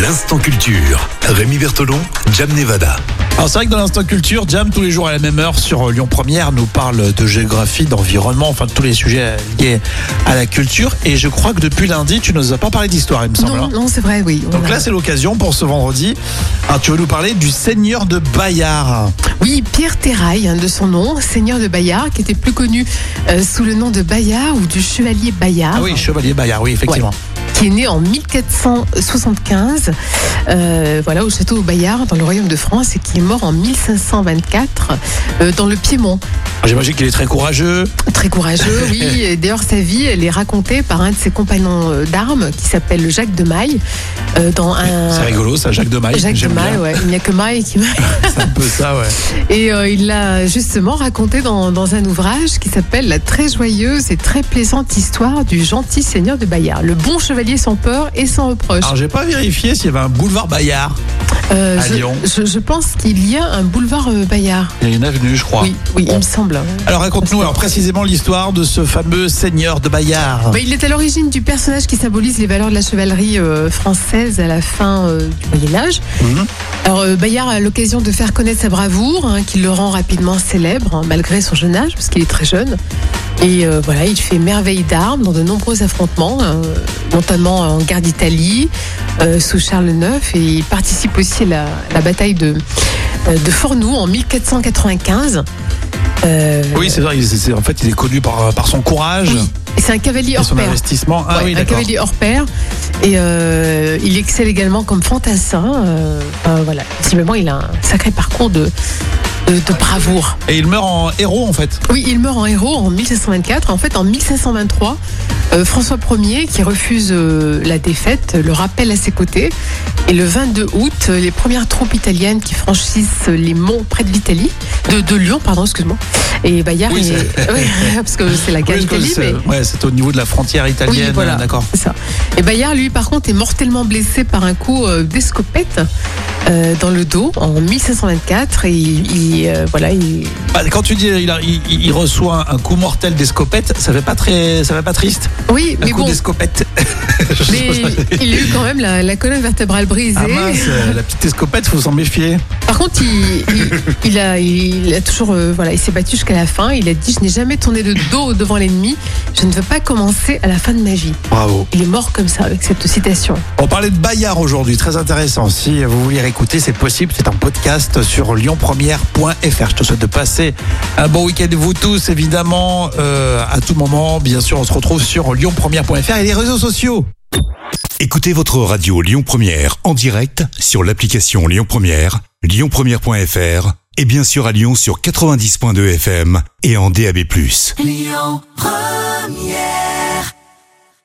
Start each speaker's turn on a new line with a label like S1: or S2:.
S1: L'instant culture. Rémi Bertolon, Jam Nevada.
S2: Alors c'est vrai que dans l'instant culture, Jam tous les jours à la même heure sur euh, Lyon Première nous parle de géographie, d'environnement, enfin de tous les sujets euh, liés à la culture. Et je crois que depuis lundi, tu nous as pas parlé d'histoire, il me semble.
S3: Non,
S2: hein.
S3: non, c'est vrai, oui. on
S2: Donc
S3: a-
S2: là, c'est l'occasion pour ce vendredi. Alors, Ah, tu veux nous parler du seigneur de Bayard.
S3: Oui, Pierre Terrail, hein, de son nom, seigneur de Bayard, qui était plus connu euh, sous le nom de Bayard ou du chevalier Bayard,
S2: Ah oui, chevalier Bayard, oui, effectivement.
S3: qui est né en 1475, euh, voilà, au château Bayard, dans le royaume de France, et qui est mort en 1524 euh, dans le Piémont.
S2: Alors, J'imagine qu'il est très courageux.
S3: Très courageux, oui. Et D'ailleurs, sa vie, elle est racontée par un de ses compagnons euh, d'armes, qui s'appelle Jacques de Maille, euh, dans un.
S2: C'est rigolo, ça, Jacques de Maille.
S3: Jacques de
S2: J'aime bien.
S3: Maille, ouais. Il n'y a que Maille qui
S2: C'est un peu ça, ouais.
S3: Et euh, il l'a justement raconté dans, dans un ouvrage qui s'appelle La très joyeuse et très plaisante histoire du gentil seigneur de Bayard. Le bon chevalier sans peur et sans reproche.
S2: Alors, j'ai pas vérifié s'il y avait un boulevard Bayard.
S3: Euh,
S2: Ah, à
S3: je,
S2: Lyon.
S3: je- je pense qu'il y a un boulevard euh, Bayard.
S2: Il y a une avenue, je crois.
S3: Oui, oui, il me semble.
S2: Alors, raconte-nous alors précisément l'histoire de ce fameux seigneur de Bayard.
S3: Bah, il est à l'origine du personnage qui symbolise les valeurs de la chevalerie euh, française à la fin euh, du Moyen Âge.
S2: Mhm.
S3: Alors euh, Bayard a l'occasion de faire connaître sa bravoure, hein, qui le rend rapidement célèbre hein, malgré son jeune âge, parce qu'il est très jeune. Et euh, voilà, il fait merveille d'armes dans de nombreux affrontements, hein, notamment en guerre d'Italie euh, sous Charles IX, et il participe aussi à la, la bataille de, euh, de Fornoux en 1495. Euh,
S2: Oui, c'est vrai, il- c'est- c'est- en fait, il est connu par, par son courage
S3: oui. Et c'est un cavalier
S2: et
S3: hors
S2: son
S3: pair.
S2: investissement. Ah
S3: Ouais,
S2: oui,
S3: un
S2: d'accord.
S3: cavalier hors pair. Et euh, il excelle également comme fantassin. Euh, euh, voilà. Visiblement, il a un sacré parcours de, de, de bravoure.
S2: Et il meurt en héros, en fait.
S3: Oui, il meurt en héros en 1524. En fait, en 1523, euh, François Ier, qui refuse euh, la défaite, le rappelle à ses côtés. Et le 22 août, euh, les premières troupes italiennes qui franchissent les monts près de l'Italie, de, de Lyon, pardon, excuse-moi. Et Bayard,
S2: Oui,
S3: il-
S2: c'est-
S3: Ouais, parce que c'est la guerre
S2: Oui, parce que
S3: d'Italie,
S2: c'est
S3: mais
S2: ouais, c'est au niveau de la frontière italienne,
S3: Oui, voilà.
S2: euh, d'accord.
S3: C'est ça. Et Bayard, Eh ben, lui, par contre, est mortellement blessé par un coup euh, d'escopette euh, dans le dos en 1524. Et il, il, euh, voilà, il-
S2: Bah, quand tu dis il, a- il- il reçoit un coup mortel d'escopette, ça fait pas très, ça fait pas triste.
S3: Oui,
S2: Un
S3: mais
S2: coup
S3: bon.
S2: d'escopette. Je
S3: Mais
S2: sais pas.
S3: il a eu quand même la, la colonne vertébrale brisée.
S2: Ah mince, euh, la petite escopette, faut s'en méfier.
S3: Par contre, il, il- il a, il a toujours, euh, voilà, il s'est battu jusqu'à la fin. Il a dit Je n'ai jamais tourné de dos devant l'ennemi. Je ne veux pas commencer à la fin de ma vie.
S2: Bravo.
S3: Il est mort comme ça avec cette citation.
S2: On parlait de Bayard aujourd'hui, très intéressant. Si vous voulez réécouter, c'est possible. C'est un podcast sur lyonpremière.fr. Je te souhaite de passer un bon week-end, vous tous, évidemment, euh, à tout moment. Bien sûr, on se retrouve sur lyonpremière.fr et les réseaux sociaux.
S1: Écoutez votre radio Lyon Première en direct sur l'application Lyon Première, lyonpremière.fr et bien sûr à Lyon sur 90.2 FM et en DAB+.